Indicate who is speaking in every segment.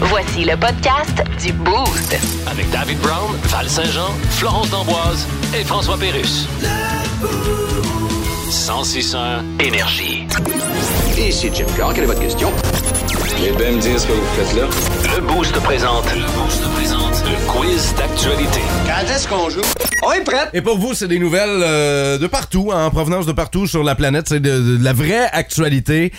Speaker 1: Voici le podcast du Boost.
Speaker 2: Avec David Brown, Val Saint-Jean, Florence D'Amboise et François Pérus. 1061 Énergie.
Speaker 3: Ici Jim Carr, quelle est votre question?
Speaker 4: Et bien me dire ce que vous faites là.
Speaker 2: Le Boost présente. Le Boost présente. Le quiz d'actualité.
Speaker 3: Quand est-ce qu'on joue? On est prêt!
Speaker 5: Et pour vous, c'est des nouvelles euh, de partout, en provenance de partout sur la planète. C'est de, de- de la vraie actualité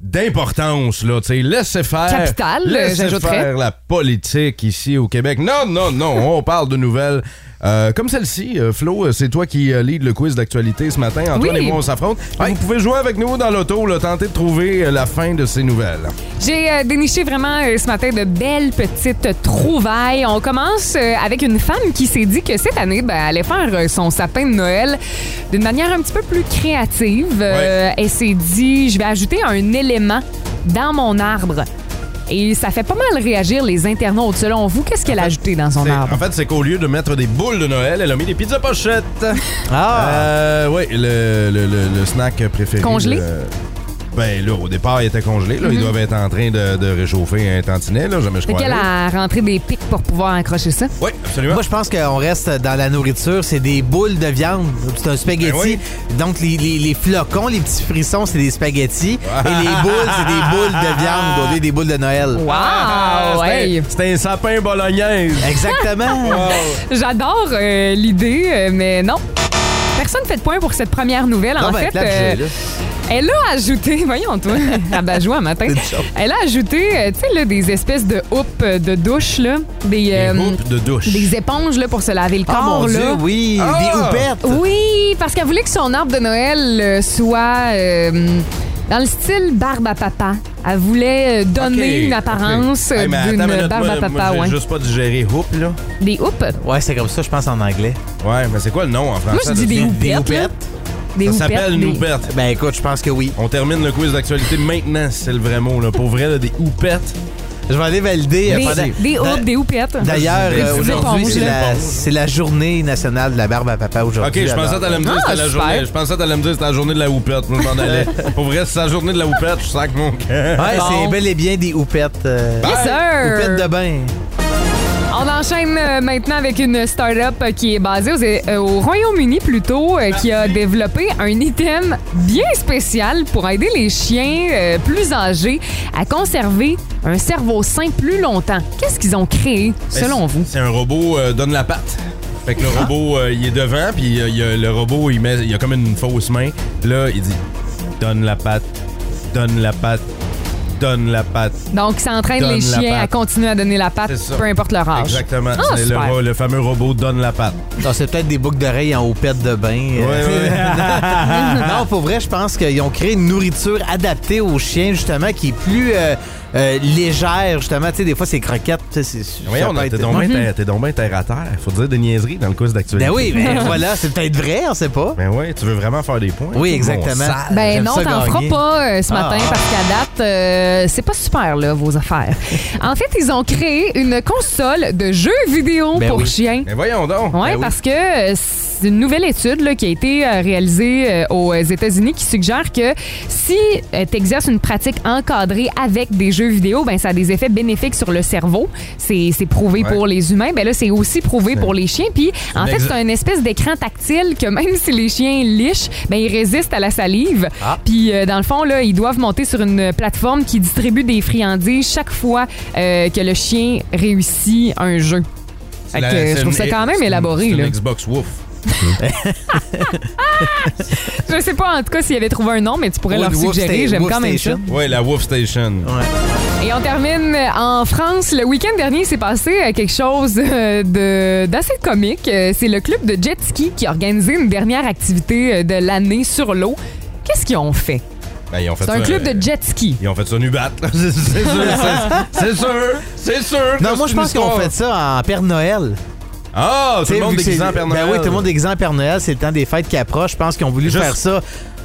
Speaker 5: d'importance, là. Tu sais, laissez faire.
Speaker 6: Capitale, euh,
Speaker 5: laissez
Speaker 6: j'ajouterais.
Speaker 5: faire la politique ici au Québec. Non, non, non. on parle de nouvelles. euh, comme celle-ci, Euh, Flo, euh, c'est toi qui euh, lead le quiz d'actualité ce matin. Antoine
Speaker 6: Oui.
Speaker 5: et moi, on s'affronte. Vous pouvez jouer avec nous dans l'auto, là, tenter de trouver euh, la fin de ces nouvelles.
Speaker 6: J'ai euh, déniché vraiment euh, ce matin de belles petites trouvailles. On commence euh, avec une femme qui s'est dit que cette année, ben, elle allait faire euh, son sapin de Noël d'une manière un petit peu plus créative. Euh, Elle s'est dit, je vais ajouter un élément dans mon arbre. Et ça fait pas mal réagir les internautes. Selon vous, qu'est-ce qu'elle a ajouté dans son
Speaker 5: C'est-
Speaker 6: arbre?
Speaker 5: Ben, En fait, c'est qu'au lieu de mettre des boules de Noël, elle a mis des pizzas pochettes.
Speaker 7: Ah!
Speaker 5: Euh, oui, le, le- le- le snack préféré.
Speaker 6: Congelé?
Speaker 5: de- ben là, au départ, il était congelé. Là. Ils doivent être en train de, de réchauffer un tantinet, là, jamais je
Speaker 6: Fait
Speaker 5: crois.
Speaker 6: qu'elle a rentré des pics pour pouvoir accrocher ça.
Speaker 5: Oui, absolument.
Speaker 7: Moi, je pense qu'on reste dans la nourriture. C'est des boules de viande. C'est un spaghetti.
Speaker 5: Ben oui.
Speaker 7: Donc, les, les- les flocons, les petits frissons, c'est des spaghettis. Et les boules, c'est des boules de viande au lieu des boules de Noël.
Speaker 6: Wow!
Speaker 5: Ah, c'est un-
Speaker 6: hey!
Speaker 5: C'est un, sapin bolognaise.
Speaker 7: Exactement.
Speaker 6: J'adore euh, l'idée, euh, mais non. Personne ne fait de point pour cette première nouvelle.
Speaker 7: Non,
Speaker 6: en
Speaker 7: ben,
Speaker 6: fait,
Speaker 7: clap,
Speaker 6: euh,
Speaker 7: j'ai, là.
Speaker 6: elle a ajouté, voyons toi, à Bajoie matin, elle a ajouté, euh, tu sais, là, des espèces de hoops euh, de douche, là, des, euh,
Speaker 5: Des hoops de douche.
Speaker 6: des éponges là, pour se laver le
Speaker 7: Ah,
Speaker 6: corps.
Speaker 7: mon
Speaker 6: là.
Speaker 7: Dieu, oui. Des
Speaker 5: Ah!
Speaker 7: houpettes.
Speaker 6: Oui, parce qu'elle voulait que son arbre de Noël euh, soit euh, dans le style barbe à papa. Elle voulait euh, donner
Speaker 5: Ok,
Speaker 6: une apparence
Speaker 5: ok.
Speaker 6: euh,
Speaker 5: Hey, mais attends
Speaker 6: d'une
Speaker 5: une minute,
Speaker 6: barbe
Speaker 5: moi-
Speaker 6: à papa.
Speaker 5: moi, j'ai
Speaker 6: ouais.
Speaker 5: juste pas digéré hoop, là.
Speaker 6: Des hoops.
Speaker 7: Ouais, c'est comme ça, je pense, en anglais.
Speaker 5: Ouais, mais c'est quoi le nom en français?
Speaker 6: Moi, je dis
Speaker 5: de
Speaker 6: des
Speaker 5: ça?
Speaker 6: houpettes. là. Des
Speaker 5: Ça
Speaker 6: houpettes,
Speaker 5: s'appelle
Speaker 6: des-
Speaker 5: une houppette.
Speaker 7: Ben, écoute, je pense que oui.
Speaker 5: On termine le quiz d'actualité maintenant, si c'est le vrai mot. Là. Pour vrai, là, des houpettes.
Speaker 7: Je vais aller valider. euh,
Speaker 5: Ah,
Speaker 7: pendant-
Speaker 6: Des, des hoops,
Speaker 7: D'a-
Speaker 6: des houpettes.
Speaker 7: D'ailleurs,
Speaker 5: Des
Speaker 7: euh,
Speaker 5: éponges,
Speaker 7: aujourd'hui,
Speaker 6: là.
Speaker 7: c'est la, c'est la journée nationale de la barbe à papa
Speaker 5: Ok,
Speaker 7: aujourd'hui.
Speaker 5: je pensais que
Speaker 7: alors.
Speaker 5: t'allais me dire
Speaker 6: Ah,
Speaker 5: que c'était la
Speaker 6: super.
Speaker 5: journée. Je pensais que t'allais me dire que c'était la journée de la houppette. Moi, je m'en allais. Pour vrai, si c'est la journée de la houppette, je sac mon camp.
Speaker 7: Ouais,
Speaker 6: Bon.
Speaker 7: c'est bel et bien des houpettes. euh,
Speaker 6: Yes, sir!
Speaker 7: houpettes de bain.
Speaker 6: On enchaîne euh, maintenant avec une start-up euh, qui est basée aux- euh, au Royaume-Uni plutôt, euh, qui a développé un item bien spécial pour aider les chiens euh, plus âgés à conserver un cerveau sain plus longtemps. Qu'est-ce qu'ils ont créé, selon
Speaker 5: Ben, c'est-
Speaker 6: vous? Ah.
Speaker 5: C'est un robot euh, donne la patte. Fait que le robot, euh, il est devant, puis euh, il y a- le robot, il, met, il a comme une fausse main. Là, il dit donne la patte, donne la patte, donne la patte.
Speaker 6: Donc, ça entraîne les
Speaker 5: Donne la
Speaker 6: chiens à
Speaker 5: patte.
Speaker 6: continuer à donner la patte,
Speaker 5: C'est ça.
Speaker 6: peu importe leur âge.
Speaker 5: Exactement.
Speaker 6: Ah,
Speaker 5: c'est le,
Speaker 6: super.
Speaker 5: ro- le fameux robot donne la patte.
Speaker 7: Non, c'est peut-être des boucles d'oreilles en houpettes de bain. euh.
Speaker 5: Ouais, ouais.
Speaker 7: non, pour vrai, je pense qu'ils ont créé une nourriture adaptée aux chiens, justement, qui est plus euh, euh, légère, justement. Tu sais, des fois, c'est croquettes. tu sais, c'est- ça
Speaker 5: Voyons,
Speaker 7: peut
Speaker 5: on- t'es
Speaker 7: être- Mhm.
Speaker 5: donc bien
Speaker 6: Mhm.
Speaker 5: terre- t'es donc bien terre à terre. Faut dire des niaiseries dans le quiz d'actualité.
Speaker 7: Ben oui, ben voilà, c'est peut-être vrai, on sait pas.
Speaker 5: Ben oui, tu veux vraiment faire des points. hein,
Speaker 7: Oui,
Speaker 5: Bon
Speaker 7: exactement.
Speaker 5: sang.
Speaker 6: Ben
Speaker 7: J'aime
Speaker 6: non,
Speaker 7: ça
Speaker 6: t'en feras
Speaker 7: gagner.
Speaker 6: pas euh, ce
Speaker 7: Ah.
Speaker 6: matin parce qu'à date, euh, c'est pas super, là, vos affaires. en fait, ils ont créé une console de jeux vidéo
Speaker 7: Ben
Speaker 6: pour
Speaker 7: oui.
Speaker 6: chiens.
Speaker 5: Ben voyons donc.
Speaker 6: Oui,
Speaker 5: Ben
Speaker 6: parce que euh, c'est une nouvelle étude là, qui a été euh, réalisée euh, aux États-Unis qui suggère que si tu exerces une pratique encadrée avec des jeux vidéo, ben ça a des effets bénéfiques sur le cerveau. C'est c'est prouvé
Speaker 5: Ouais.
Speaker 6: pour les humains, ben là c'est aussi prouvé pour les chiens. Puis en
Speaker 5: une
Speaker 6: fait,
Speaker 5: exa-
Speaker 6: c'est un espèce d'écran tactile que même si les chiens lichent, ben ils résistent à la salive. Puis euh, dans le fond là, ils doivent monter sur une plateforme qui distribue des friandises chaque fois euh, que le chien réussit un jeu. Fait
Speaker 5: La-
Speaker 6: que, euh,
Speaker 5: c'est
Speaker 6: je trouve
Speaker 5: une-
Speaker 6: ça quand
Speaker 5: c'est
Speaker 6: même
Speaker 5: une-
Speaker 6: élaboré.
Speaker 5: C'est
Speaker 6: là.
Speaker 5: une Xbox Wolf.
Speaker 6: Je sais pas en tout cas s'il avait trouvé un nom, mais tu pourrais
Speaker 7: Ou
Speaker 6: leur
Speaker 7: une Wolf
Speaker 6: suggérer.
Speaker 7: Sta-
Speaker 6: J'aime
Speaker 7: Wolf
Speaker 6: quand même ça.
Speaker 7: Station.
Speaker 5: Oui, la Wolf Station.
Speaker 6: Et on termine en France. Le week-end dernier, il s'est passé euh, quelque chose euh, de- d'assez comique. Euh, C'est le club de jet ski qui a organisé une dernière activité euh, de l'année sur l'eau. Qu'est-ce qu'ils ont fait?
Speaker 5: Ben, ils ont fait
Speaker 6: C'est un
Speaker 5: ça,
Speaker 6: club
Speaker 5: euh,
Speaker 6: de jet ski.
Speaker 5: Ils ont fait ça nubat. c'est sûr, c'est- c'est sûr, c'est sûr.
Speaker 7: Non,
Speaker 5: que
Speaker 7: moi,
Speaker 5: c'est
Speaker 7: je pense
Speaker 5: une
Speaker 7: qu'on
Speaker 5: histoire.
Speaker 7: fait ça en Père Noël.
Speaker 5: Ah, tout
Speaker 7: Tu sais,
Speaker 5: le monde
Speaker 7: vu que
Speaker 5: déguisé
Speaker 7: c'est-
Speaker 5: en Père
Speaker 7: Ben
Speaker 5: Noël.
Speaker 7: oui, tout le monde déguisé en Père Noël. C'est le temps des fêtes qui approche. Je pense qu'ils ont voulu
Speaker 5: Juste-
Speaker 7: faire ça.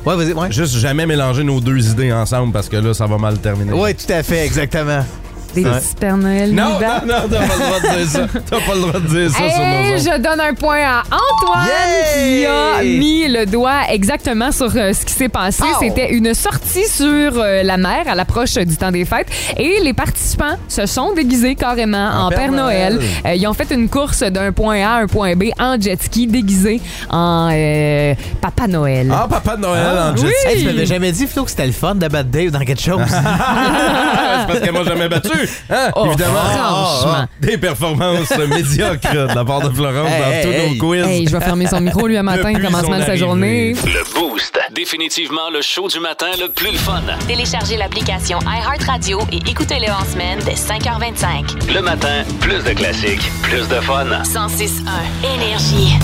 Speaker 7: Ouais, vas-y, ouais.
Speaker 5: Juste jamais mélanger nos deux idées ensemble parce que là, ça va mal terminer.
Speaker 7: Ouais, tout à fait, exactement.
Speaker 6: Des
Speaker 7: Ouais.
Speaker 6: petits Père Noël
Speaker 5: Non, non, non,
Speaker 6: vivants.
Speaker 5: t'as pas le droit de dire ça. T'as pas le droit de dire ça sur nos
Speaker 6: Hey,
Speaker 5: ondes.
Speaker 6: je donne un point à Antoine qui a
Speaker 7: Yeah!
Speaker 6: mis le doigt exactement sur euh, ce qui s'est passé.
Speaker 7: Oh!
Speaker 6: C'était une sortie sur euh, la mer à l'approche euh, du temps des fêtes et les participants se sont déguisés carrément en, Père, Noël. Euh, ils ont fait une course d'un point A à un point B en jet ski déguisés en euh, Papa Noël.
Speaker 5: Ah, Papa Noël en jet
Speaker 6: oui.
Speaker 5: ski.
Speaker 7: Hey, tu m'avais jamais dit, Flo, que c'était le fun d'abattre Dave dans quelque chose.
Speaker 5: C'est parce qu'elle m'a jamais battu. Hein?
Speaker 6: Oh,
Speaker 5: Évidemment.
Speaker 6: franchement.
Speaker 5: Ah, ah, Des performances médiocres de la part de Florence
Speaker 7: Hey,
Speaker 5: dans tous
Speaker 7: hey,
Speaker 5: nos quiz.
Speaker 6: Hey, je vais fermer son micro lui un matin, il
Speaker 5: Depuis
Speaker 6: commence
Speaker 5: son
Speaker 6: mal sa
Speaker 5: arrivée.
Speaker 6: journée.
Speaker 2: Le Boost. Définitivement le show du matin le plus le fun.
Speaker 1: Téléchargez l'application iHeartRadio et écoutez-le en semaine dès 5h25.
Speaker 2: Le matin, plus de classiques, plus de fun.
Speaker 1: 106.1 Énergie.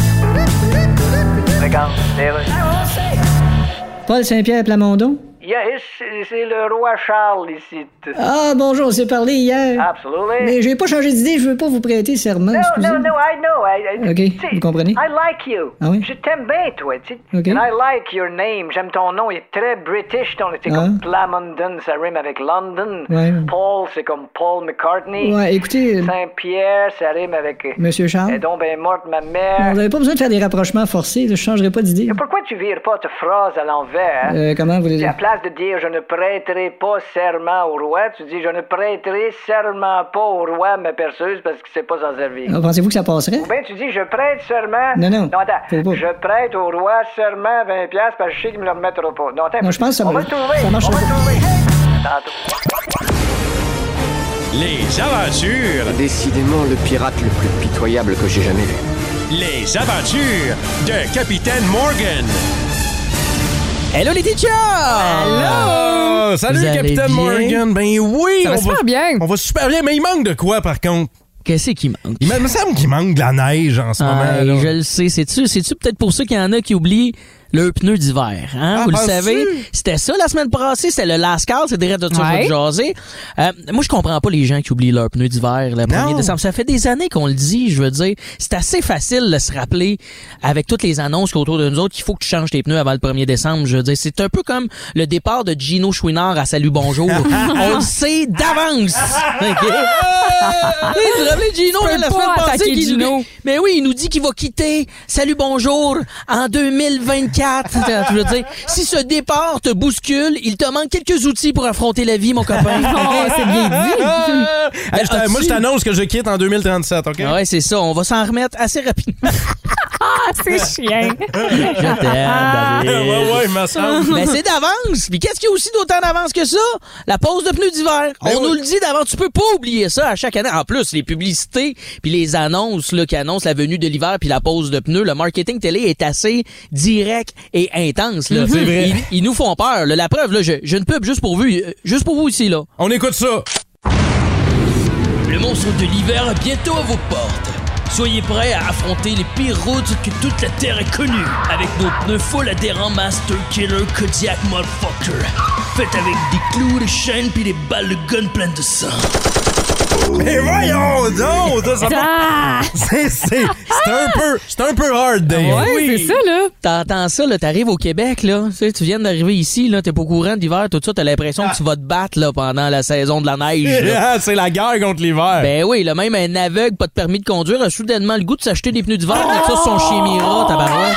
Speaker 8: Paul Saint-Pierre Plamondon?
Speaker 9: Yes, c'est le roi Charles ici.
Speaker 8: Ah, bonjour, on s'est parlé hier.
Speaker 9: Absolutely.
Speaker 8: Mais j'ai pas changé d'idée, je veux pas vous prêter serment,
Speaker 9: No,
Speaker 8: excusez.
Speaker 9: no, no, I know. I, I,
Speaker 8: Ok,
Speaker 9: tu sais,
Speaker 8: vous comprenez?
Speaker 9: I like you.
Speaker 8: Ah oui?
Speaker 9: Je t'aime bien, toi, tu sais.
Speaker 8: Ok.
Speaker 9: And I like your name. J'aime ton nom, il est très british. Ton, c'est
Speaker 8: Ah.
Speaker 9: comme Plamondon, ça rime avec London.
Speaker 8: Ouais.
Speaker 9: Paul, c'est comme Paul McCartney.
Speaker 8: Ouais, écoutez, euh,
Speaker 9: Saint-Pierre, ça rime avec...
Speaker 8: Monsieur Charles,
Speaker 9: Et donc, ben, morte ma
Speaker 8: on
Speaker 9: mère.
Speaker 8: n'avait pas besoin de faire des rapprochements forcés, là, je changerai pas d'idée.
Speaker 9: Et pourquoi tu vires pas ta phrase à l'envers? hein?
Speaker 8: Euh, comment vous
Speaker 9: Et
Speaker 8: les...
Speaker 9: à place de dire je ne prêterai pas serment au roi, tu dis je ne prêterai serment pas au roi ma perceuse parce qu'il ne sait pas s'en servir.
Speaker 8: Ah, Pensez-vous que ça passerait?
Speaker 9: Ben, tu dis je prête serment.
Speaker 8: Non, non.
Speaker 9: attends.
Speaker 8: Faut pas.
Speaker 9: Je prête au roi serment 20$ piastres parce que je sais qu'il me le remettra pas. Non, attends.
Speaker 8: Non, je pense que ça
Speaker 9: On va
Speaker 8: marche-
Speaker 9: le trouver.
Speaker 8: ça marchera
Speaker 9: On va
Speaker 8: pas.
Speaker 9: le trouver. Tantôt.
Speaker 10: Les aventures,
Speaker 3: Décidément le pirate le plus pitoyable que j'ai jamais vu.
Speaker 10: les aventures de Capitaine Morgan.
Speaker 7: Hello les teachers!
Speaker 5: Ah, Salut,
Speaker 7: Vous allez
Speaker 5: Capitaine
Speaker 7: bien?
Speaker 5: Morgan. Ben oui,
Speaker 6: Ça va
Speaker 5: on
Speaker 6: super
Speaker 5: va,
Speaker 6: bien.
Speaker 5: on va super bien, mais il manque de quoi, par contre?
Speaker 11: Qu'est-ce qui manque?
Speaker 5: Il me il me semble qu'il manque de la neige en ce
Speaker 11: Ah,
Speaker 5: moment. là.
Speaker 11: je le sais, c'est-tu, c'est-tu peut-être pour ceux qui en a qui oublient leur pneu d'hiver, hein?
Speaker 5: Ah,
Speaker 11: Vous le
Speaker 5: penses-tu?
Speaker 11: savez, c'était ça la semaine passée, c'était le Lascar, c'est direct de ça que je
Speaker 6: Ouais.
Speaker 11: vais te jaser. Euh, moi, je comprends pas les gens qui oublient leur pneu d'hiver le 1er
Speaker 5: Non.
Speaker 11: décembre. Ça fait des années qu'on le dit, je veux dire. C'est assez facile de se rappeler avec toutes les annonces qu'il y a autour de nous autres qu'il faut que tu changes tes pneus avant le 1er décembre, je veux dire. C'est un peu comme le départ de Gino Chouinard à Salut Bonjour. On le sait d'avance! OK? Hey, vous vous rappelez de Gino,
Speaker 6: Tu peux
Speaker 11: hein, la
Speaker 6: pas
Speaker 11: semaine passée,
Speaker 6: attaquer
Speaker 11: qui-
Speaker 6: Gino.
Speaker 11: Mais oui, il nous dit qu'il va quitter Salut Bonjour en 2024. Je veux dire, si ce départ te bouscule, il te manque quelques outils pour affronter la vie, mon copain.
Speaker 6: Oh, c'est bien
Speaker 5: Ah! Hey, je t'a-
Speaker 11: as-tu-
Speaker 5: moi, je t'annonce que je quitte en 2037,
Speaker 12: Ah,
Speaker 5: OK?
Speaker 11: Ouais, c'est ça. On va s'en remettre assez rapidement.
Speaker 6: C'est chien.
Speaker 11: Je t'aime, David.
Speaker 5: Ah, Ouais, ouais, il me semble.
Speaker 11: Mais c'est d'avance. Puis qu'est-ce qu'il y a aussi d'autant d'avance que ça? La pause de pneus d'hiver.
Speaker 5: Ben
Speaker 11: On nous le dit d'avance. Tu peux pas oublier ça à chaque année. En plus, les publicités puis les annonces là, qui annoncent la venue de l'hiver puis la pause de pneus, le marketing télé est assez direct et intense. Là.
Speaker 5: Mhm. C'est vrai.
Speaker 11: Ils, ils nous font peur. là. La preuve, là, je- j'ai une pub juste pour vous, euh, juste pour vous ici. là.
Speaker 5: On écoute ça.
Speaker 11: Le monstre de l'hiver est bientôt à vos portes. Soyez prêts à affronter les pires routes que toute la Terre ait connues avec nos pneus full adhérents Master Killer Kodiak Motherfucker. Faites avec des clous, des chaînes puis des balles de gun pleines de sang.
Speaker 5: Mais voyons donc! ça, ça-
Speaker 6: Ah!
Speaker 5: C'est c'est- c'est un peu c'est un peu hard, Dave.
Speaker 6: Ouais, c'est ça, là.
Speaker 11: T'entends ça, là, t'arrives au Québec, là. Tu, sais, tu viens d'arriver ici, là, t'es pas au courant d'hiver, tout ça, t'as l'impression que tu vas te battre, là, pendant la saison de la neige, là.
Speaker 5: Ah, C'est la guerre contre l'hiver.
Speaker 11: Ben oui, là, même un aveugle, pas de permis de conduire, a soudainement le goût de s'acheter des pneus d'hiver, mettre ça sur son chien Mira, tabarouette.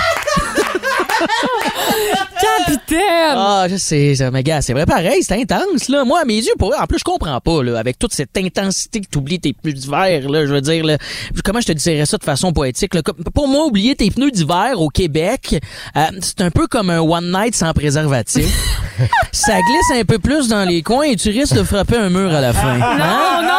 Speaker 6: Capitaine!
Speaker 11: Ah, je sais, ça, mais gars, c'est vrai pareil, c'est intense, là. Moi, à mes yeux, pour en plus, je comprends pas, là, avec toute cette intensité que t'oublies tes pneus d'hiver, là, je veux dire, là, comment je te dirais ça de façon poétique, là? Comme- Pour moi, oublier tes pneus d'hiver au Québec, euh, c'est un peu comme un one night sans préservatif. ça glisse un peu plus dans les coins et tu risques de frapper un mur à la fin. Hein?
Speaker 6: Non, non, non!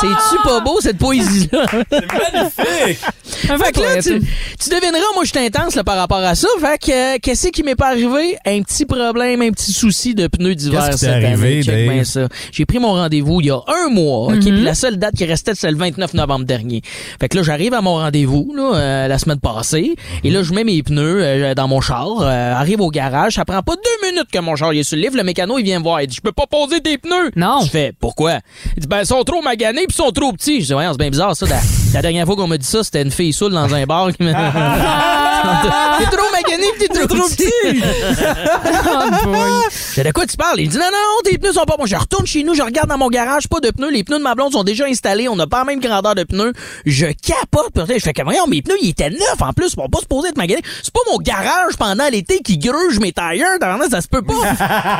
Speaker 11: C'est-tu pas beau, cette poésie-là?
Speaker 5: Magnifique!
Speaker 6: Un vrai
Speaker 11: Fait que là,
Speaker 6: poète.
Speaker 11: tu, tu devineras, moi, je suis intense là, par rapport à ça. Fait que, euh, qu'est-ce qui m'est pas arrivé? Un petit problème, un petit souci de pneus d'hiver
Speaker 5: Qu'est-ce qui t'est
Speaker 11: cette
Speaker 5: arrivé,
Speaker 11: année. Check
Speaker 5: Dave?
Speaker 11: bien ça. J'ai pris mon rendez-vous il y a un mois, OK? Puis la seule date qui restait, c'est le 29 novembre dernier. Fait que là, j'arrive à mon rendez-vous là, euh, la semaine passée. Et là, je mets mes pneus euh, dans mon char, euh, arrive au garage. Ça prend pas deux minutes que mon char il est sur le livre. Le mécano, il vient me voir. Il dit, je peux pas poser tes pneus.
Speaker 6: Non.
Speaker 11: Je fais, pourquoi? Il dit, ben, ils sont trop maganés puis ils sont trop petits. Je dis, ouais, c'est bien bizarre, ça. La, la dernière fois qu'on m'a dit ça, c'était une fille saoule dans un bar qui m'a.
Speaker 6: Ah.
Speaker 11: T'es trop magané pis t'es trop, petit.
Speaker 6: Oh boy.
Speaker 11: J'ai de quoi tu parles? Il dit, non, non, tes pneus sont pas bons. Je retourne chez nous, je regarde dans mon garage, pas de pneus. Les pneus de ma blonde sont déjà installés. On n'a pas la même grandeur de pneus. Je capote. Puis là, Je fais comme, voyons, mes pneus, ils étaient neufs. En plus, ils vont pas supposer être maganés. C'est pas mon garage pendant l'été qui gruge mes tailleurs. Tabarnak, Ça se peut pas.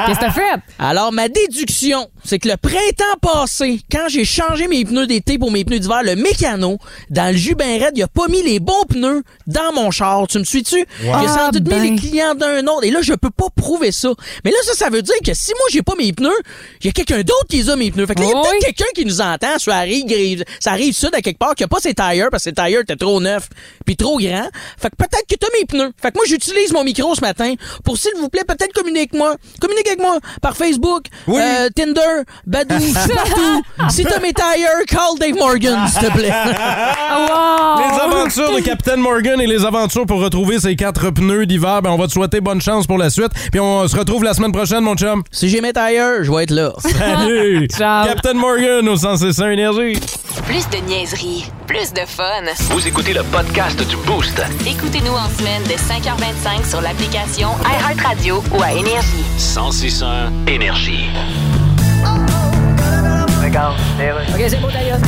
Speaker 6: Qu'est-ce que t'as fait?
Speaker 11: Alors, ma déduction, c'est que le printemps passé, quand j'ai changé mes pneus d'été pour mes pneus d'hiver, le mécano, dans le jus ben raide, il a pas mis les bons pneus dans mon char. Tu me suis-tu?
Speaker 13: Wow.
Speaker 11: J'ai sans
Speaker 13: Ah,
Speaker 11: doute mis
Speaker 13: ben.
Speaker 11: les clients d'un autre. Et là, je peux pas prouver ça. Mais là, ça, ça veut dire que si moi, j'ai pas mes pneus, il y a quelqu'un d'autre qui les a, mes pneus. Fait que là, il y a peut-être quelqu'un qui nous entend sur la rive, grise- ça arrive sud à quelque part, qui a pas ses tailleurs parce que ses tailleurs étaient trop neufs puis trop grands. Fait que peut-être que t'as mes pneus. Fait que moi, j'utilise mon micro ce matin pour, s'il vous plaît, peut-être communiquer avec moi. Communiquer avec moi par Facebook, euh, Tinder, Badou, partout. si t'as mes tailleurs, call Dave Morgan, s'il te plaît.
Speaker 6: Oh.
Speaker 5: Les aventures de Captain Morgan et les aventures pour retrouver ses quatre pneus d'hiver. Ben, on va te souhaiter bonne chance pour la suite. Puis on se retrouve la semaine prochaine, mon chum.
Speaker 11: Si j'ai mes tailleurs, je vais être là.
Speaker 5: Salut! Captain Morgan au 161 Énergie.
Speaker 1: Plus de niaiserie, plus de fun.
Speaker 2: Vous écoutez le podcast du Boost.
Speaker 1: Écoutez-nous en semaine de 5h25 sur l'application iHeartRadio ou à Énergie.
Speaker 2: 1061 Énergie.
Speaker 9: Regarde, c'est vrai.
Speaker 8: Ok, c'est beau d'ailleurs.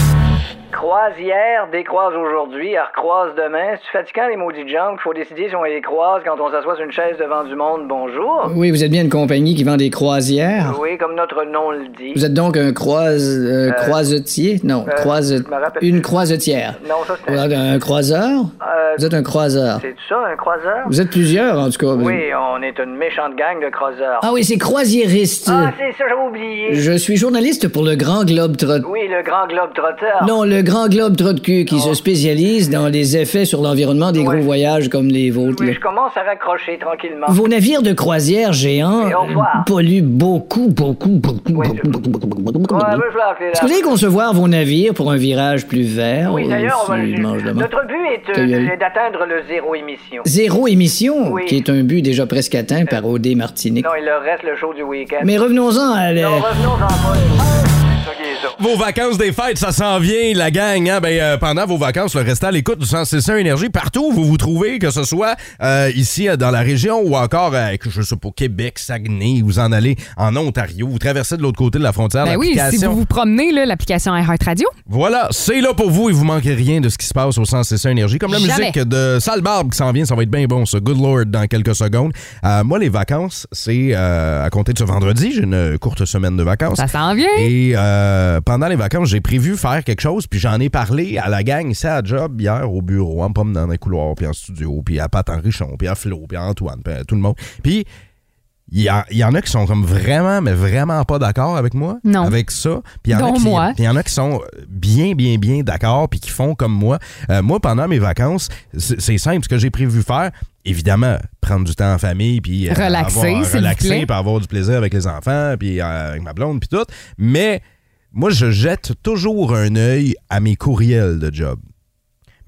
Speaker 9: Croisière, décroise aujourd'hui, elle recroise demain. C'est fatigant les maudits gens qu'il faut décider si on les croise quand on s'assoit sur une chaise devant du monde. Bonjour.
Speaker 8: Oui, vous êtes bien une compagnie qui vend des croisières.
Speaker 9: Oui, comme notre nom le dit.
Speaker 8: Vous êtes donc un croise, euh, croisetier? Non,
Speaker 9: euh,
Speaker 8: croise,
Speaker 9: je me rappelle
Speaker 8: une
Speaker 9: plus.
Speaker 8: croisetière.
Speaker 9: Non, ça
Speaker 8: Vous
Speaker 9: c'est
Speaker 8: êtes un croiseur?
Speaker 9: Euh,
Speaker 8: vous êtes un croiseur.
Speaker 9: C'est ça, un croiseur?
Speaker 8: Vous êtes plusieurs, en tout cas.
Speaker 9: Oui, on est une méchante gang de croiseurs.
Speaker 8: Ah oui, c'est croisiériste.
Speaker 9: Ah, c'est ça, j'avais oublié.
Speaker 8: Je suis journaliste pour le Grand Globe Trotteur.
Speaker 9: Oui, le grand globe trotteur.
Speaker 8: Non, le Grand Globe Trot cul qui se spécialise dans les effets sur l'environnement des gros voyages comme les vôtres. là.
Speaker 9: Je commence à raccrocher tranquillement.
Speaker 8: Vos navires de croisière géants
Speaker 9: Oui, au revoir.
Speaker 8: euh, polluent beaucoup, beaucoup, beaucoup, beaucoup, beaucoup, beaucoup, beaucoup, beaucoup, beaucoup.
Speaker 9: Ouais, mais je vais appeler
Speaker 8: Est-ce que vous allez concevoir vos navires pour un virage plus vert?
Speaker 9: Oui, d'ailleurs, on
Speaker 8: euh,
Speaker 9: va
Speaker 8: s'ils mangent de
Speaker 9: le-
Speaker 8: mort?
Speaker 9: notre but est
Speaker 8: Ta gueule.
Speaker 9: euh, est d'atteindre le zéro émission.
Speaker 8: Zéro émission,
Speaker 9: Oui. Euh,
Speaker 8: qui est un but déjà presque atteint par O.D. Martinique.
Speaker 9: Non, il leur reste le show du week-end.
Speaker 8: Mais revenons-en à... la-
Speaker 9: Non, revenons-en pas.
Speaker 5: Vos vacances des fêtes, ça s'en vient, la gang. Hein? Ben, euh, pendant vos vacances, le restant à l'écoute du 161 Énergie, partout où vous vous trouvez, que ce soit euh, ici euh, dans la région ou encore, euh, que je sais pas, Québec, Saguenay, vous en allez en Ontario, vous traversez de l'autre côté de la frontière.
Speaker 6: Ben oui, si
Speaker 5: l'application-
Speaker 6: vous vous promenez, là, l'application iHeartRadio.
Speaker 5: Voilà, c'est là pour vous et vous manquez rien de ce qui se passe au 161 Énergie. Comme la
Speaker 6: Jamais.
Speaker 5: musique de Sale Barbe qui s'en vient, ça va être bien bon, ce Good Lord, dans quelques secondes. Euh, moi, les vacances, c'est euh, à compter de ce vendredi. J'ai une courte semaine de vacances.
Speaker 6: Ça s'en vient.
Speaker 5: Et euh, pendant les vacances, j'ai prévu faire quelque chose, puis j'en ai parlé à la gang ici à Job hier au bureau, en pomme dans les couloirs, puis en studio, puis à Pat Henrichon, puis à Flo, puis à Antoine, puis à tout le monde. Puis il y, en- il y en a qui sont comme vraiment, mais vraiment pas d'accord avec moi.
Speaker 6: Non.
Speaker 5: Avec ça. Puis il y en a
Speaker 6: Dont
Speaker 5: qui-
Speaker 6: moi.
Speaker 5: puis il y en a qui sont bien, bien, bien d'accord, puis qui font comme moi. Euh, moi, pendant mes vacances, c'est c'est simple. Ce que j'ai prévu faire, évidemment, prendre du temps en famille, puis euh,
Speaker 6: Relaxer,
Speaker 5: avoir-
Speaker 6: s'il vous plaît.
Speaker 5: relaxer, puis avoir du plaisir avec les enfants, puis euh, avec ma blonde, puis tout. Mais moi, je jette toujours un œil à mes courriels de job.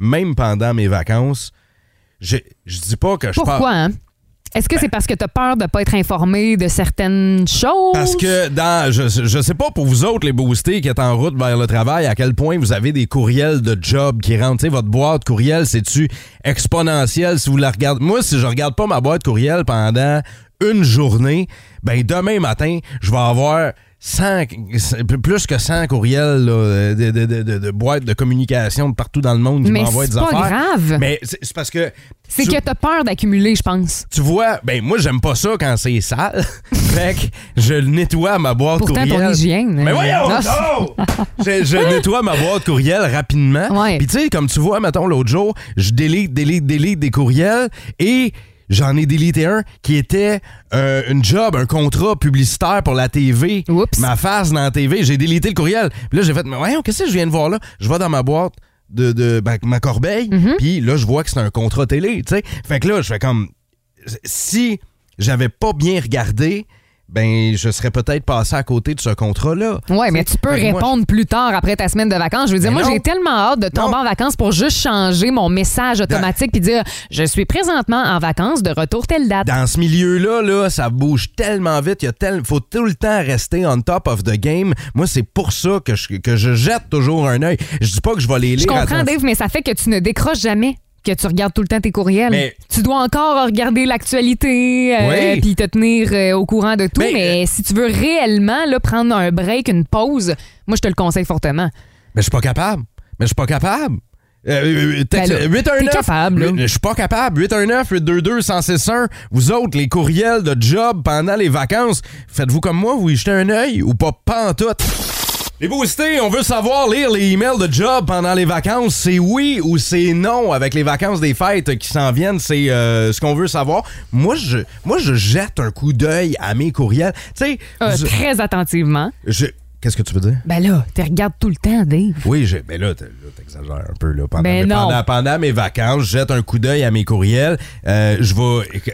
Speaker 5: Même pendant mes vacances, je, je dis pas que je pars-
Speaker 6: Pourquoi? hein? Est-ce que c'est parce que t'as peur de pas être informé de certaines choses?
Speaker 5: Parce que dans, je, je sais pas pour vous autres, les boostés qui êtes en route vers le travail, à quel point vous avez des courriels de job qui rentrent. Tu sais, votre boîte courriel, c'est-tu exponentiel si vous la regardez? Moi, si je regarde pas ma boîte courriel pendant une journée, ben demain matin, je vais avoir 100, plus que 100 courriels là, de, de, de- de- de boîtes de communication de partout dans le monde qui
Speaker 6: Mais
Speaker 5: m'envoient des
Speaker 6: c'est pas
Speaker 5: affaires.
Speaker 6: grave.
Speaker 5: Mais c'est c'est parce que...
Speaker 6: C'est
Speaker 5: tu-
Speaker 6: que t'as peur d'accumuler, je pense.
Speaker 5: tu vois, ben moi j'aime pas ça quand c'est sale. fait que je nettoie ma boîte
Speaker 6: Pourtant,
Speaker 5: courriel.
Speaker 6: pour l'hygiène,
Speaker 5: Mais
Speaker 6: euh,
Speaker 5: voyons,
Speaker 6: non.
Speaker 5: non! je, je nettoie ma boîte courriel rapidement. Puis tu sais, comme tu vois, mettons l'autre jour, je délite, délite, délite des courriels et j'en ai délité un qui était euh, une job, un contrat publicitaire pour la TV. Ma face dans la TV, j'ai délité le courriel. Puis là j'ai fait, mais voyons, qu'est-ce que je viens de voir là? Je vais dans ma boîte de, de ben, ma corbeille,
Speaker 6: Mm-hmm.
Speaker 5: puis là je vois que c'est un contrat télé, tu sais. Fait que là je fais comme si j'avais pas bien regardé, ben je serais peut-être passé à côté de ce contrat-là.
Speaker 6: Ouais, mais tu peux
Speaker 5: Fait que Ben, moi,
Speaker 6: répondre plus tard après ta semaine de vacances. Je veux dire,
Speaker 5: Mais
Speaker 6: moi,
Speaker 5: non.
Speaker 6: j'ai tellement hâte de tomber en vacances pour juste changer mon
Speaker 5: Ben
Speaker 6: message automatique puis dire je suis présentement en vacances de retour telle date.
Speaker 5: Dans ce milieu-là, là, ça bouge tellement vite, il y a tel- faut tout le temps rester on top of the game. Moi, c'est pour ça que je, que je jette toujours un œil. Je dis pas que je vais les lire.
Speaker 6: Je comprends,
Speaker 5: attention.
Speaker 6: Dave, mais ça fait que tu ne décroches jamais. que tu regardes tout le temps tes courriels.
Speaker 5: Mais-
Speaker 6: Tu dois encore regarder l'actualité euh,
Speaker 5: Oui.
Speaker 6: puis te tenir euh, au courant de tout. Mais,
Speaker 5: Mais, euh,
Speaker 6: si tu veux réellement là, prendre un break, une pause, moi, je te le conseille fortement.
Speaker 5: Mais je suis pas capable. Mais je suis pas capable. Euh, euh, texte-
Speaker 6: Ben là,
Speaker 5: 819
Speaker 6: t'es capable, là.
Speaker 5: Je suis pas capable. 819 822 1061 Vous autres, les courriels de job pendant les vacances, faites-vous comme moi, vous y jetez un œil ou pas pantoute. Les boostés, on veut savoir lire les emails de job pendant les vacances. C'est oui ou c'est non avec les vacances des fêtes qui s'en viennent. C'est euh, ce qu'on veut savoir. Moi, je, moi, je jette un coup d'œil à mes courriels. Tu sais,
Speaker 6: Euh,
Speaker 5: je-
Speaker 6: Très attentivement.
Speaker 5: je- qu'est-ce que tu veux dire?
Speaker 6: Ben là, tu regardes tout le temps, Dave.
Speaker 5: Oui, j'ai- mais là, t'es- là, t'exagères un peu. Là. Pendant,
Speaker 6: Ben
Speaker 5: mais
Speaker 6: non.
Speaker 5: pendant- pendant mes vacances, je jette un coup d'œil à mes courriels. Euh, je vais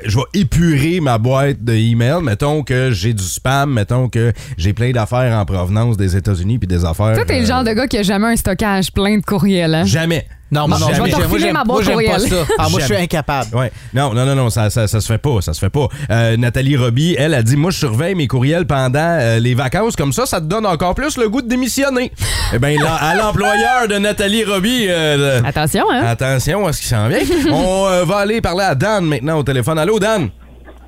Speaker 5: je vais épurer ma boîte de email. Mettons que j'ai du spam. Mettons que j'ai plein d'affaires en provenance des États-Unis puis des affaires.
Speaker 6: Toi, t'es le
Speaker 5: euh,
Speaker 6: genre de gars qui a jamais un stockage plein de courriels. Hein?
Speaker 5: Jamais.
Speaker 7: Non, moi,
Speaker 5: Bon,
Speaker 7: non,
Speaker 5: je vais te
Speaker 7: moi,
Speaker 6: refiler
Speaker 7: j'aime-
Speaker 6: ma
Speaker 7: moi,
Speaker 6: boîte
Speaker 7: j'aime pas
Speaker 6: courriel.
Speaker 7: ça. Ah, moi, je suis
Speaker 5: Jamais.
Speaker 7: incapable.
Speaker 5: Ouais. Non, non, non, non, ça, ça, ça se fait pas, ça se fait pas. Euh, Nathalie Roby, elle a dit, moi, je surveille mes courriels pendant euh, les vacances, comme ça, ça te donne encore plus le goût de démissionner. eh bien, à l'employeur de Nathalie Roby, euh, le-
Speaker 6: Attention, hein?
Speaker 5: attention à ce qui s'en vient. On euh, va aller parler à Dan maintenant au téléphone. Allô, Dan?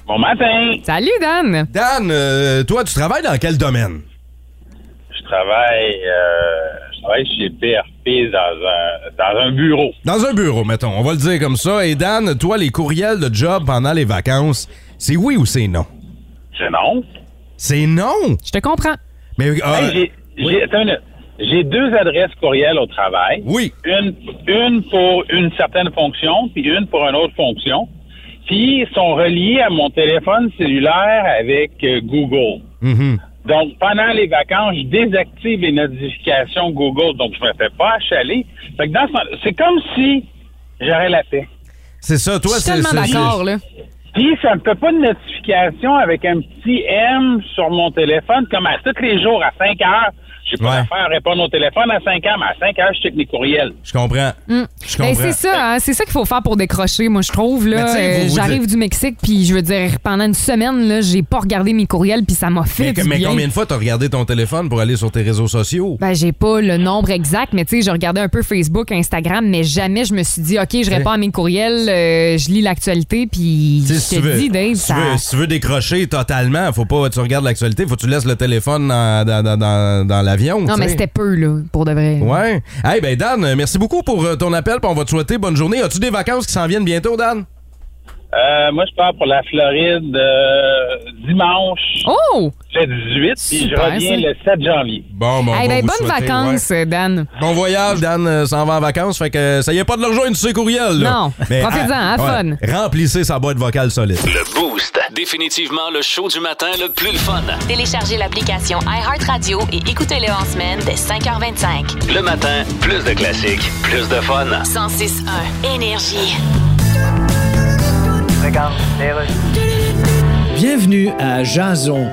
Speaker 13: Bon matin!
Speaker 6: Salut, Dan!
Speaker 5: Dan, euh, toi, tu travailles dans quel domaine?
Speaker 13: Je travaille, euh, je travaille chez PRP dans un, dans un bureau.
Speaker 5: Dans un bureau, mettons, on va le dire comme ça. Et Dan, toi, les courriels de job pendant les vacances, c'est oui ou c'est non?
Speaker 13: C'est non?
Speaker 5: C'est non!
Speaker 6: Je te comprends.
Speaker 5: Mais, ah,
Speaker 13: Hey, j'ai- j'ai- attends une minute. J'ai deux adresses courriel au travail.
Speaker 5: Oui.
Speaker 13: Une, une pour une certaine fonction, puis une pour une autre fonction. Puis, ils sont reliés à mon téléphone cellulaire avec euh, Google.
Speaker 5: mhm.
Speaker 13: Donc, pendant les vacances, je désactive les notifications Google. Donc, je me fais pas achaler. Fait que dans ce- c'est comme si j'aurais la paix.
Speaker 5: C'est ça, toi,
Speaker 6: je suis
Speaker 5: c'est
Speaker 6: tellement
Speaker 5: c'est-
Speaker 6: d'accord, là.
Speaker 13: Puis, ça me fait pas de notification avec un petit M sur mon téléphone, comme à tous les jours à 5 heures. J'ai
Speaker 5: Ouais.
Speaker 13: pas d'affaire à répondre au téléphone à 5 heures, mais à 5 heures, je check mes courriels.
Speaker 5: Je comprends. Je comprends.
Speaker 6: Ben, c'est ça, hein, c'est ça qu'il faut faire pour décrocher, moi je trouve là.
Speaker 5: Mais tu sais,
Speaker 6: Euh,
Speaker 5: vous- vous
Speaker 6: J'arrive
Speaker 5: dites-
Speaker 6: du Mexique puis je veux dire pendant une semaine là, j'ai pas regardé mes courriels puis ça m'a fait
Speaker 5: Mais, que-
Speaker 6: du
Speaker 5: mais
Speaker 6: bien.
Speaker 5: combien de fois t'as regardé ton téléphone pour aller sur tes réseaux sociaux?
Speaker 6: Ben, j'ai pas le nombre exact, mais tu sais, je regardais un peu Facebook, Instagram, mais jamais je me suis dit, OK, je réponds à mes courriels, euh, je lis l'actualité, puis
Speaker 5: Tu sais,
Speaker 6: Ben, je
Speaker 5: si tu
Speaker 6: te
Speaker 5: veux-
Speaker 6: dis, Dave,
Speaker 5: si tu
Speaker 6: ça.
Speaker 5: veux- si tu veux décrocher totalement, faut pas tu regardes l'actualité, faut que tu laisses le téléphone dans, dans- dans- dans- dans l'avion.
Speaker 6: Non,
Speaker 5: tu
Speaker 6: mais
Speaker 5: sais.
Speaker 6: c'était peu, là, pour de vrai.
Speaker 5: Ouais. Hey, ben Dan, euh, merci beaucoup pour euh, ton appel, puis on va te souhaiter bonne journée. As-tu des vacances qui s'en viennent bientôt, Dan?
Speaker 13: Euh, moi, je pars pour la Floride euh, dimanche,
Speaker 6: Oh!
Speaker 13: le 18, puis je
Speaker 6: Super,
Speaker 13: reviens
Speaker 6: ça.
Speaker 13: le 7 janvier.
Speaker 5: Bon, bon.
Speaker 6: Eh ben, bonnes vacances, Dan.
Speaker 5: Bon voyage, Dan euh, s'en va en vacances, fait que euh, ça y est pas de le rejoindre sur ses courriels. là.
Speaker 6: Non. Profite-en,
Speaker 5: ah,
Speaker 6: have
Speaker 5: ouais, Remplissez sa boîte vocale solide.
Speaker 2: Le Boost. Définitivement le show du matin le plus le fun.
Speaker 1: Téléchargez l'application iHeartRadio et écoutez-le en semaine dès 5h25.
Speaker 2: Le matin, plus de classiques, plus de fun.
Speaker 1: 106.1 Énergie.
Speaker 8: Bienvenue à Jason.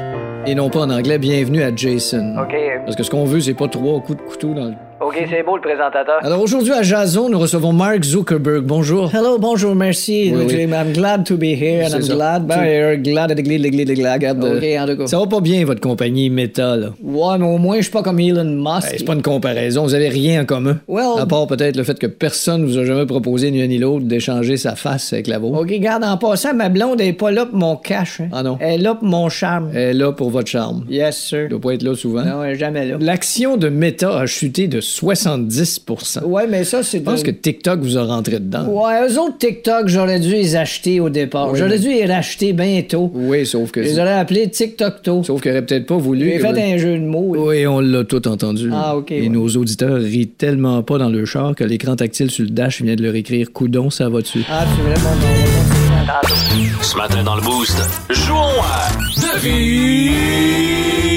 Speaker 8: Et non pas en anglais, bienvenue à Jason.
Speaker 9: OK, euh,
Speaker 8: Parce que ce qu'on veut, c'est pas trois coups de couteau dans le...
Speaker 9: OK, c'est beau le présentateur.
Speaker 8: Alors aujourd'hui à Jason, nous recevons Mark Zuckerberg. Bonjour.
Speaker 14: Hello, bonjour, merci.
Speaker 8: Oui,
Speaker 14: Jim. I'm glad to be here and
Speaker 8: C'est
Speaker 14: I'm
Speaker 8: ça.
Speaker 14: glad
Speaker 8: Tu-
Speaker 14: by here. Glad at the glad, glad, glad, glad. Regarde,
Speaker 8: Ok,
Speaker 14: euh,
Speaker 8: en tout cas.
Speaker 14: Ça va pas bien, votre compagnie Meta, là.
Speaker 8: Ouais, mais au moins, je suis pas comme Elon Musk.
Speaker 14: Hey,
Speaker 8: c'est pas une comparaison, vous avez rien en commun.
Speaker 14: Well-
Speaker 8: à part peut-être le fait que personne vous a jamais proposé, ni un ni l'autre, d'échanger sa face avec la vôtre.
Speaker 14: OK, garde en passant, ma blonde est pas là pour mon cash. hein.
Speaker 8: Ah non.
Speaker 14: Elle est là pour mon charme.
Speaker 8: Elle est là pour votre charme.
Speaker 14: Yes, sir.
Speaker 8: Elle doit pas être là souvent.
Speaker 14: Non, elle est jamais là.
Speaker 8: L'action de Meta a chuté de 70
Speaker 14: Ouais, mais ça, c'est...
Speaker 8: Je pense
Speaker 14: de-
Speaker 8: que TikTok vous a rentré dedans.
Speaker 14: Ouais, eux autres TikTok, j'aurais dû les acheter au départ.
Speaker 8: Oui,
Speaker 14: j'aurais
Speaker 8: mais-
Speaker 14: dû les racheter bientôt.
Speaker 8: Oui, sauf que.
Speaker 14: Je les aurais appelés TikTok-to.
Speaker 8: Sauf qu'il aurait peut-être pas voulu.
Speaker 14: J'ai
Speaker 8: que-
Speaker 14: fait un jeu de mots.
Speaker 8: Oui, on l'a tout entendu.
Speaker 14: Ah, ok,
Speaker 8: Et
Speaker 14: ouais.
Speaker 8: nos auditeurs rient tellement pas dans le char que l'écran tactile sur le dash vient de leur écrire Coudon, ça va dessus.
Speaker 14: Ah, tu veux mon
Speaker 2: Ce matin dans le Boost, jouons à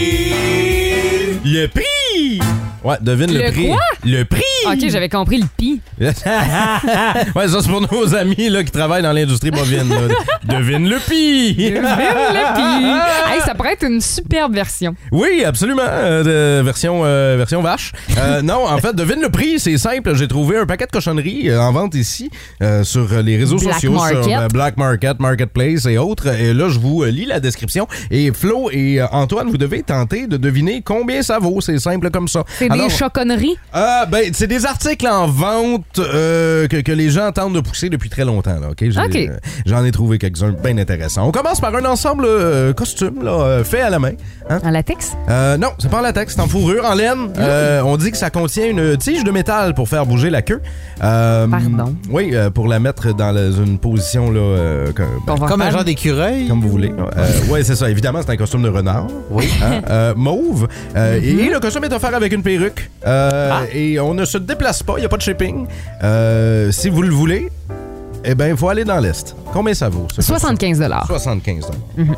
Speaker 2: Devine
Speaker 5: Le prix! Ouais, devine le,
Speaker 6: Le
Speaker 5: prix.
Speaker 6: quoi?
Speaker 5: Le prix!
Speaker 6: OK, j'avais compris le pi.
Speaker 5: ouais, ça c'est pour nos amis là, qui travaillent dans l'industrie bovine. là. Devine le pis!
Speaker 6: Devine le pi. Hey, ça pourrait être une superbe version.
Speaker 5: Oui, absolument. euh, de- version, euh, version vache. Euh, non, en fait, devine le prix, c'est simple. J'ai trouvé un paquet de cochonneries euh, en vente ici euh, sur euh, les réseaux
Speaker 6: Black
Speaker 5: sociaux, sur
Speaker 6: Market.
Speaker 5: euh, Black Market, Marketplace et autres. Et là, je vous euh, lis la description. Et Flo et euh, Antoine, vous devez tenter de deviner combien ça vaut. C'est simple comme ça.
Speaker 6: C'est
Speaker 5: Alors-
Speaker 6: des choconneries?
Speaker 5: Ah, ben, c'est des articles en vente euh, que, que les gens tentent de pousser depuis très longtemps. Là, ok? J'ai-
Speaker 6: Ok.
Speaker 5: euh, J'en ai trouvé quelques-uns bien intéressants. On commence par un ensemble euh, costume là, euh, fait à la main. hein?
Speaker 6: En latex?
Speaker 5: Euh, non, c'est pas en latex, c'est en fourrure, en laine. Euh, on dit que ça contient une tige de métal pour faire bouger la queue. Pardon? Oui, euh, pour la mettre dans la- une position... Là, euh, que-
Speaker 7: Comme un genre d'écureuil.
Speaker 5: comme vous voulez. oui, c'est ça. Évidemment, c'est un costume de renard. Oui. mauve. Euh, Et le costume est offert avec une perruque. Euh, Et on ne se déplace pas. Il n'y a pas de shipping. Euh, si vous le voulez, eh bien, il faut aller dans l'Est. Combien ça vaut? ce
Speaker 6: 75
Speaker 5: costume? 75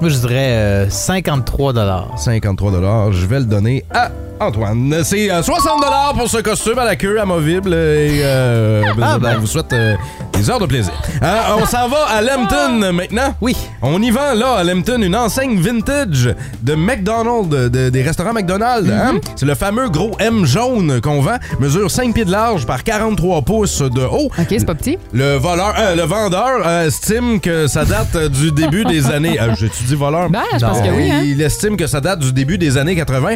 Speaker 7: Moi, je dirais euh, 53
Speaker 5: 53 Je vais le donner à Antoine. C'est euh, 60 pour ce costume à la queue amovible. Et, euh, ben,
Speaker 7: ben.
Speaker 5: on vous souhaite euh, des heures de plaisir. Euh, on s'en va à Lambton maintenant. Oui. On y vend là à Lambton une enseigne vintage de McDonald's, de- de- des restaurants McDonald's. hein? C'est le fameux gros M jaune qu'on vend. Mesure 5 pieds de large par 43 pouces de haut. OK, c'est
Speaker 6: pas petit.
Speaker 5: Le, voleur, euh, le vendeur euh, estime que ça date euh, du début des années... Euh, J'ai-tu dit voleur?
Speaker 6: Ben, je pense
Speaker 5: Non.
Speaker 6: que oui, hein?
Speaker 5: Il estime que ça date du début des années 80.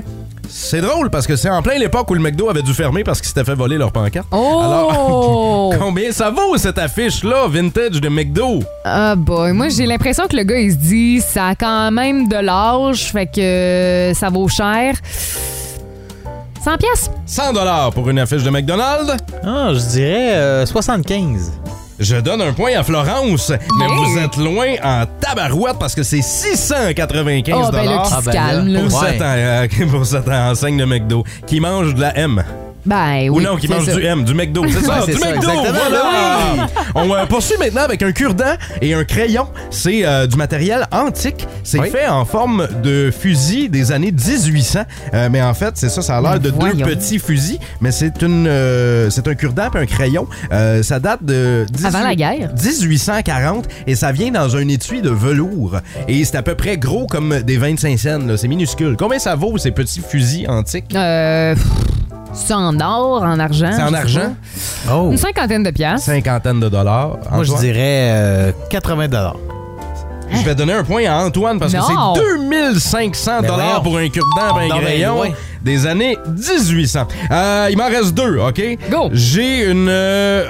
Speaker 5: C'est drôle parce que c'est en plein l'époque où le McDo avait dû fermer parce qu'ils s'étaient fait voler leur pancarte.
Speaker 6: Oh!
Speaker 5: Alors, combien ça vaut cette affiche-là, vintage de McDo?
Speaker 6: Ah boy, moi j'ai l'impression que le gars il se dit ça a quand même de l'âge, fait que euh, ça vaut cher. 100 pièces.
Speaker 5: 100 pour une affiche de McDonald's?
Speaker 7: Ah, je dirais
Speaker 5: euh,
Speaker 7: 75.
Speaker 5: Je donne un point à Florence, mais vous êtes loin en tabarouette parce que c'est 695
Speaker 6: Ah, ben là, qui se Ah, ben là. calme, là.
Speaker 5: Pour,
Speaker 6: Ouais.
Speaker 5: cette, euh, pour cette enseigne de McDo qui mange de la M.
Speaker 6: Ben oui.
Speaker 5: Ou non, qui
Speaker 6: c'est
Speaker 5: mange
Speaker 6: ça.
Speaker 5: du M, du McDo. C'est ça,
Speaker 6: Ouais, c'est
Speaker 5: du
Speaker 6: ça,
Speaker 5: McDo,
Speaker 6: exactement.
Speaker 5: voilà!
Speaker 6: Oui.
Speaker 5: On euh, poursuit maintenant avec un cure-dent et un crayon. C'est euh, du matériel antique. C'est fait en forme de fusil des années 1800. Euh, mais en fait, c'est ça, ça a l'air de deux
Speaker 6: voyons.
Speaker 5: petits fusils. Mais c'est une, euh, c'est un cure-dent et un crayon. Euh, ça date de... 18
Speaker 6: Avant la guerre.
Speaker 5: 1840 et ça vient dans un étui de velours. Et c'est à peu près gros comme des 25 cents. là. C'est minuscule. Combien ça vaut ces petits fusils antiques?
Speaker 6: Euh, pff, c'est en or, en argent.
Speaker 5: C'est
Speaker 6: Ah, je
Speaker 5: en
Speaker 6: sais
Speaker 5: argent?
Speaker 6: pas.
Speaker 5: Oh!
Speaker 6: Une cinquantaine de pièces.
Speaker 5: Cinquantaine de dollars.
Speaker 7: Moi, je
Speaker 5: Antoine?
Speaker 7: dirais euh, 80 dollars.
Speaker 5: Je vais donner un point à Antoine parce que
Speaker 7: Non.
Speaker 5: c'est 2500
Speaker 7: Ben voyons.
Speaker 5: dollars pour un cure-dent et un
Speaker 7: Non, ben
Speaker 5: crayon
Speaker 7: loin.
Speaker 5: des années 1800. Euh, il m'en reste deux, OK? Go! J'ai une... euh,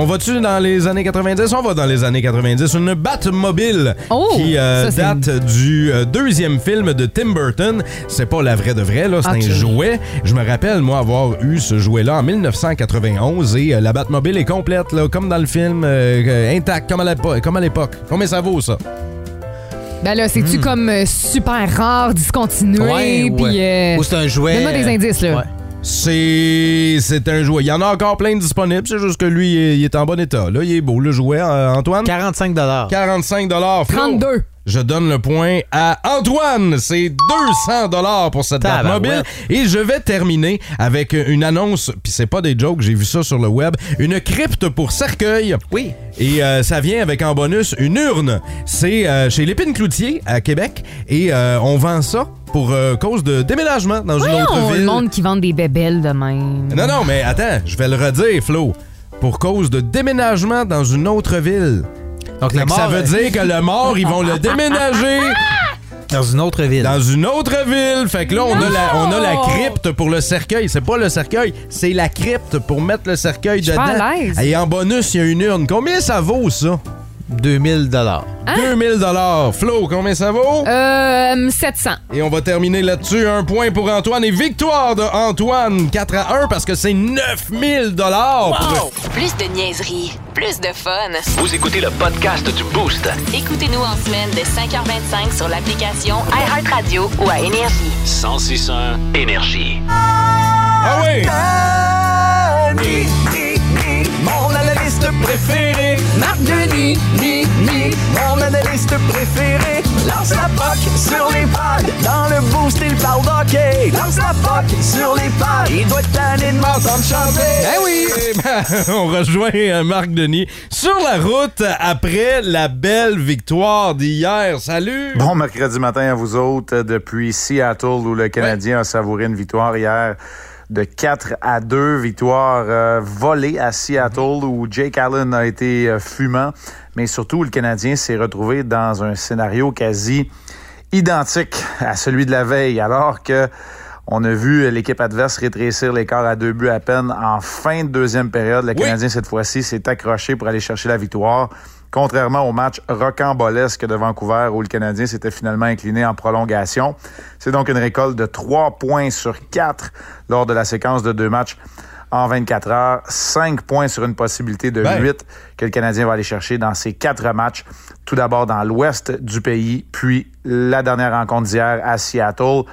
Speaker 5: on va-tu dans les années 90? On va dans les années 90. Une Batmobile
Speaker 6: Oh!
Speaker 5: qui euh,
Speaker 6: Ça, c'est
Speaker 5: date du euh, deuxième film de Tim Burton. C'est pas la vraie de vraie, là. C'est
Speaker 6: Ok.
Speaker 5: un jouet. Je me rappelle, moi, avoir eu ce jouet-là en 1991 et euh, la Batmobile est complète, là, comme dans le film, euh, euh, intacte, comme à l'épo- comme à l'époque. Combien ça vaut, ça?
Speaker 6: Ben là, c'est-tu comme euh, super rare, discontinué,
Speaker 5: Hmm. Ouais,
Speaker 6: puis...
Speaker 5: ouais.
Speaker 6: euh,
Speaker 5: Ou c'est un jouet.
Speaker 6: Donne-moi des indices, là.
Speaker 5: C'est c'est un jouet. Il y en a encore plein de disponibles, c'est juste que lui, il est- il est en bon état. Là, il est beau, le jouet, euh, Antoine.
Speaker 7: 45
Speaker 5: 45 Flo.
Speaker 6: 32.
Speaker 5: Je donne le point à Antoine. C'est 200 pour cette date mobile.
Speaker 6: Tabarouette.
Speaker 5: Et je vais terminer avec une annonce, puis c'est pas des jokes, j'ai vu ça sur le web, une crypte pour cercueil. Oui. Et euh, ça vient avec en bonus une urne. C'est euh, chez Lépine Cloutier à Québec et euh, on vend ça pour euh, cause de déménagement dans une autre
Speaker 6: Voyons,
Speaker 5: ville.
Speaker 6: le monde qui vend des bébelles de même.
Speaker 5: Non, non, mais attends, je vais le redire, Flo. Pour cause de déménagement dans une autre ville.
Speaker 7: Donc,
Speaker 5: Fait
Speaker 7: le
Speaker 5: que ça
Speaker 7: mort-
Speaker 6: euh,
Speaker 5: veut dire que le mort, ils vont le déménager.
Speaker 7: Dans une autre ville.
Speaker 5: Dans une autre ville. Fait que là, on a, la, on a la
Speaker 7: Non!
Speaker 5: crypte pour le cercueil. C'est pas le cercueil, c'est la crypte pour mettre le cercueil
Speaker 6: Je suis
Speaker 5: dedans.
Speaker 6: pas à l'aise.
Speaker 5: Et en bonus, il y a une urne. Combien ça vaut, ça?
Speaker 7: 2000 dollars.
Speaker 5: 2000 dollars. Flo, combien ça vaut?
Speaker 6: Hein? Euh, 700.
Speaker 5: Et on va terminer là-dessus. Un point pour Antoine et victoire de Antoine. 4 à 1 parce que c'est 9000 dollars.
Speaker 1: Wow! Plus de niaiserie, plus de fun.
Speaker 2: Vous écoutez le podcast du Boost.
Speaker 1: Écoutez-nous en semaine de 5h25 sur l'application iHeartRadio ou à Énergie.
Speaker 2: 1061 Énergie.
Speaker 5: Ah oui!
Speaker 15: Mon analyste préféré, Marc Denis, ni, ni. Mon analyste préféré, lance la POC sur les pads. Dans le boost, il parle d'hockey. Lance la POC sur les pads. Il doit être tanné de m'entendre chanter.
Speaker 5: Eh oui! Eh ben, on rejoint euh, Marc Denis sur la route après la belle victoire d'hier. Salut!
Speaker 12: Bon mercredi matin à vous autres euh, depuis Seattle où le Canadien a savouré une victoire hier de 4 à 2, victoire euh, volée à Seattle où Jake Allen a été euh, fumant, mais surtout le Canadien s'est retrouvé dans un scénario quasi identique à celui de la veille alors que On a vu l'équipe adverse rétrécir l'écart à deux buts à peine en fin de deuxième période. Le Canadien, cette fois-ci, s'est accroché pour aller chercher la victoire. Contrairement au match rocambolesque de Vancouver où le Canadien s'était finalement incliné en prolongation. C'est donc une récolte de trois points sur quatre lors de la séquence de deux matchs en 24 heures. Cinq points sur une possibilité de
Speaker 5: Ben.
Speaker 12: huit que le Canadien va aller chercher dans ses quatre matchs. Tout d'abord dans l'ouest du pays, puis la dernière rencontre d'hier à Seattle.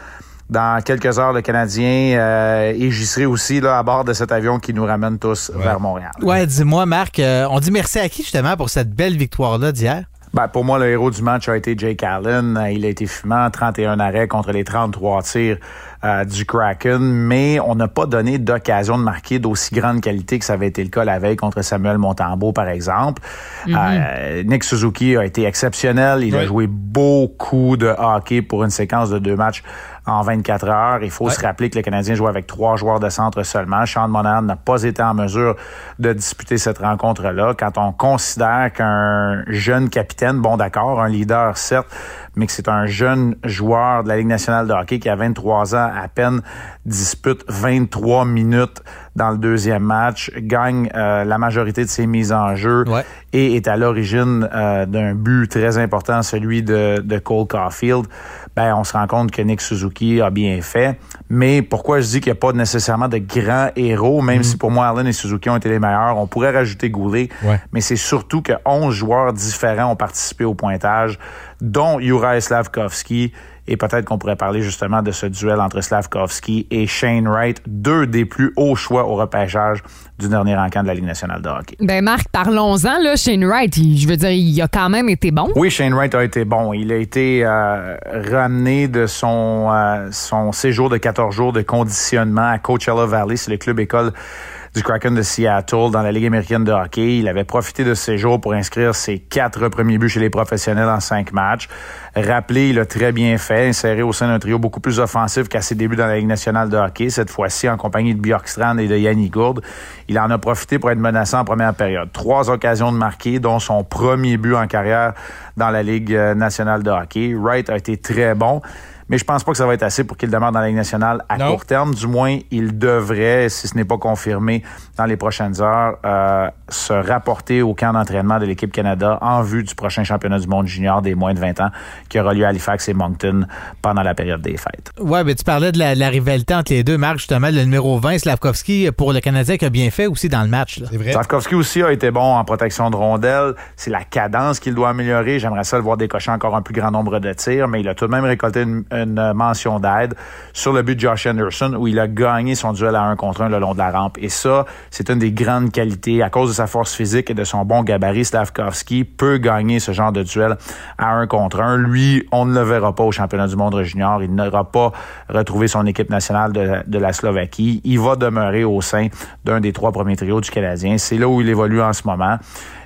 Speaker 12: Dans quelques heures, le Canadien euh, est gistré aussi là, à bord de cet avion qui nous ramène tous vers Montréal.
Speaker 7: Ouais, dis-moi, Marc, euh, on dit merci à qui justement pour cette belle victoire-là d'hier?
Speaker 12: Ben, pour moi, le héros du match a été Jake Allen. Euh, Il a été fumant, 31 arrêts contre les 33 tirs euh, du Kraken, mais on n'a pas donné d'occasion de marquer d'aussi grande qualité que ça avait été le cas la veille contre Samuel Montembeau, par exemple.
Speaker 16: Mhm.
Speaker 12: Euh, Nick Suzuki a été exceptionnel. Il a joué beaucoup de hockey pour une séquence de deux matchs en 24 heures. Il faut se rappeler que le Canadien joue avec trois joueurs de centre seulement. Sean Monahan n'a pas été en mesure de disputer cette rencontre-là. Quand on considère qu'un jeune capitaine, bon d'accord, un leader certes, mais que c'est un jeune joueur de la Ligue nationale de hockey qui a 23 ans à peine, dispute 23 minutes dans le deuxième match, gagne euh, la majorité de ses mises en jeu et est à l'origine euh, d'un but très important, celui de, de Cole Caulfield, ben, on se rend compte que Nick Suzuki a bien fait. Mais pourquoi je dis qu'il n'y a pas nécessairement de grands héros, même si pour moi Allen et Suzuki ont été les meilleurs, on pourrait rajouter Goulet,
Speaker 5: Ouais.
Speaker 12: mais c'est surtout que 11 joueurs différents ont participé au pointage, dont Juraj Slavkovski. Et peut-être qu'on pourrait parler justement de ce duel entre Slavkovski et Shane Wright, deux des plus hauts choix au repêchage du dernier encamp de la Ligue nationale de hockey.
Speaker 6: Ben Marc, parlons-en, là, Shane Wright, il- je veux dire, il a quand même été bon.
Speaker 12: Oui, Shane Wright a été bon. Il a été euh, ramené de son, euh, son séjour de 14 jours de conditionnement à Coachella Valley. C'est le club école du Kraken de Seattle dans la Ligue américaine de hockey. Il avait profité de ce séjour pour inscrire ses quatre premiers buts chez les professionnels en cinq matchs. Rappelé, il a très bien fait, inséré au sein d'un trio beaucoup plus offensif qu'à ses débuts dans la Ligue nationale de hockey, cette fois-ci en compagnie de Bjorkstrand et de Yannick Gourde. Il en a profité pour être menaçant en première période. Trois occasions de marquer, dont son premier but en carrière dans la Ligue euh, nationale de hockey. Wright a été très bon. Mais je pense pas que ça va être assez pour qu'il demeure dans la Ligue nationale à court terme. Du moins, il devrait, si ce n'est pas confirmé dans les prochaines heures, euh, se rapporter au camp d'entraînement de l'équipe Canada en vue du prochain championnat du monde junior des moins de 20 ans qui aura lieu à Halifax et Moncton pendant la période des fêtes.
Speaker 7: Ouais, mais tu parlais de la, la rivalité entre les deux, Marc, justement, le numéro 20, Slavkovski, pour le Canadien, qui a bien fait aussi dans le match. C'est vrai.
Speaker 12: Slavkovski aussi a été bon en protection de rondelles. C'est la cadence qu'il doit améliorer. J'aimerais ça le voir décocher encore un plus grand nombre de tirs, mais il a tout de même récolté une, une euh, mention d'aide sur le but de Josh Anderson où il a gagné son duel à un contre un le long de la rampe. Et ça, c'est une des grandes qualités. À cause de sa force physique et de son bon gabarit, Slavkovski peut gagner ce genre de duel à un contre un. Lui, on ne le verra pas au championnat du monde junior. Il n'aura pas retrouvé son équipe nationale de, de la Slovaquie. Il va demeurer au sein d'un des trois premiers trios du Canadien. C'est là où il évolue en ce moment.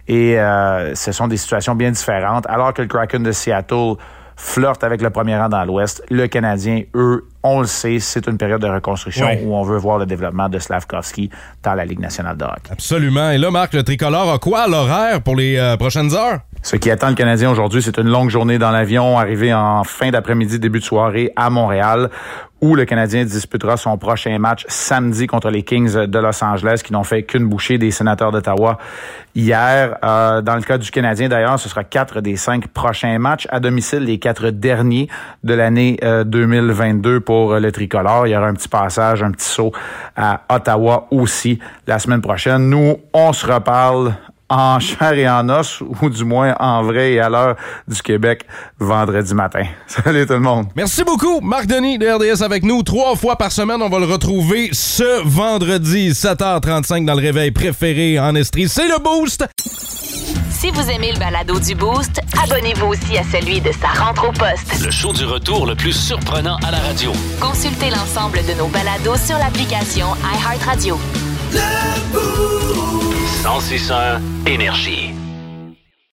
Speaker 12: Et euh, ce sont des situations bien différentes. Alors que le Kraken de Seattle flirte avec le premier rang dans l'Ouest, le Canadien, eux, on le sait, c'est une période de reconstruction
Speaker 5: Ouais.
Speaker 12: où on veut voir le développement de Slavkovski dans la Ligue nationale de hockey.
Speaker 5: Absolument. Et là, Marc, le tricolore a quoi à l'horaire pour les euh, prochaines heures?
Speaker 12: Ce qui attend le Canadien aujourd'hui, c'est une longue journée dans l'avion, arrivé en fin d'après-midi, début de soirée à Montréal, où le Canadien disputera son prochain match samedi contre les Kings de Los Angeles, qui n'ont fait qu'une bouchée des sénateurs d'Ottawa hier. Euh, dans le cas du Canadien, d'ailleurs, ce sera quatre des cinq prochains matchs à domicile, les quatre derniers de l'année euh, 2022 pour euh, le tricolore. Il y aura un petit passage, un petit saut à Ottawa aussi la semaine prochaine. Nous, on se reparle en chair et en os, ou du moins en vrai et à l'heure du Québec, vendredi matin. Salut tout le monde.
Speaker 5: Merci beaucoup, Marc Denis de RDS avec nous. Trois fois par semaine, on va le retrouver ce vendredi, 7h35 dans le réveil préféré en Estrie. C'est le Boost!
Speaker 1: Si vous aimez le balado du Boost, abonnez-vous aussi à celui de sa rentre au poste.
Speaker 2: Le show du retour le plus surprenant à la radio.
Speaker 1: Consultez l'ensemble de nos balados sur l'application iHeartRadio.
Speaker 2: 106 énergie.